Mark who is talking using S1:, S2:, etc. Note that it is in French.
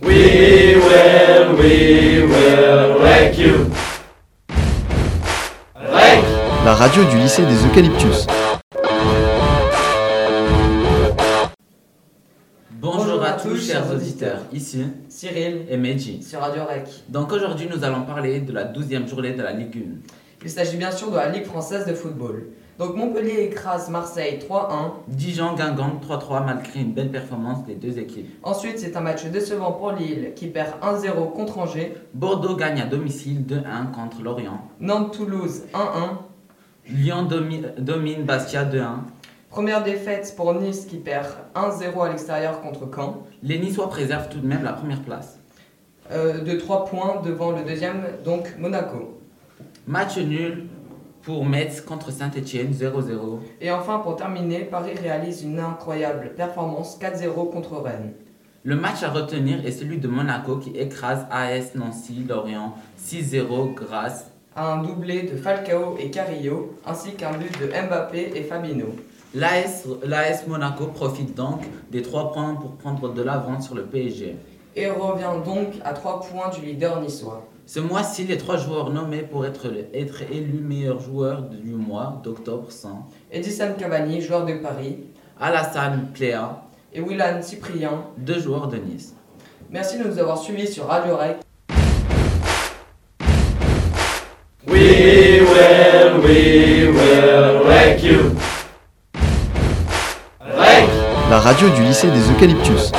S1: We will, we will wreck you. Wreck.
S2: La radio du lycée des Eucalyptus.
S3: Bonjour à tous, chers auditeurs. Ici
S4: Cyril,
S3: et Meiji.
S4: sur Radio Rec.
S3: Donc aujourd'hui, nous allons parler de la 12e journée de la Ligue 1.
S4: Il s'agit bien sûr de la Ligue française de football. Donc Montpellier écrase Marseille 3-1.
S3: Dijon Guingamp 3-3 malgré une belle performance des deux équipes.
S4: Ensuite, c'est un match décevant pour Lille qui perd 1-0 contre Angers.
S3: Bordeaux gagne à domicile 2-1 contre Lorient.
S4: Nantes-Toulouse 1-1.
S3: Lyon domi- domine Bastia 2-1.
S4: Première défaite pour Nice qui perd 1-0 à l'extérieur contre Caen.
S3: Les Niçois préservent tout de même la première place.
S4: Euh, de 3 points devant le deuxième, donc Monaco.
S3: Match nul pour Metz contre Saint-Etienne 0-0.
S4: Et enfin, pour terminer, Paris réalise une incroyable performance 4-0 contre Rennes.
S3: Le match à retenir est celui de Monaco qui écrase AS Nancy Lorient 6-0 grâce
S4: À un doublé de Falcao et Carrillo, ainsi qu'un but de Mbappé et Fabinho.
S3: L'AS, l'AS Monaco profite donc des 3 points pour prendre de l'avance sur le PSG.
S4: et revient donc à 3 points du leader niçois.
S3: Ce mois-ci, les 3 joueurs nommés pour être, être élus meilleurs joueurs du mois d'octobre sont
S4: Edison Cavani, joueur de Paris,
S3: Alassane Plea,
S4: et Willan Cyprien.
S3: deux joueurs de Nice.
S4: Merci de nous avoir suivis sur Radio Rec.
S1: We will, we will wreck you. Wreck.
S2: La radio du lycée des Eucalyptus.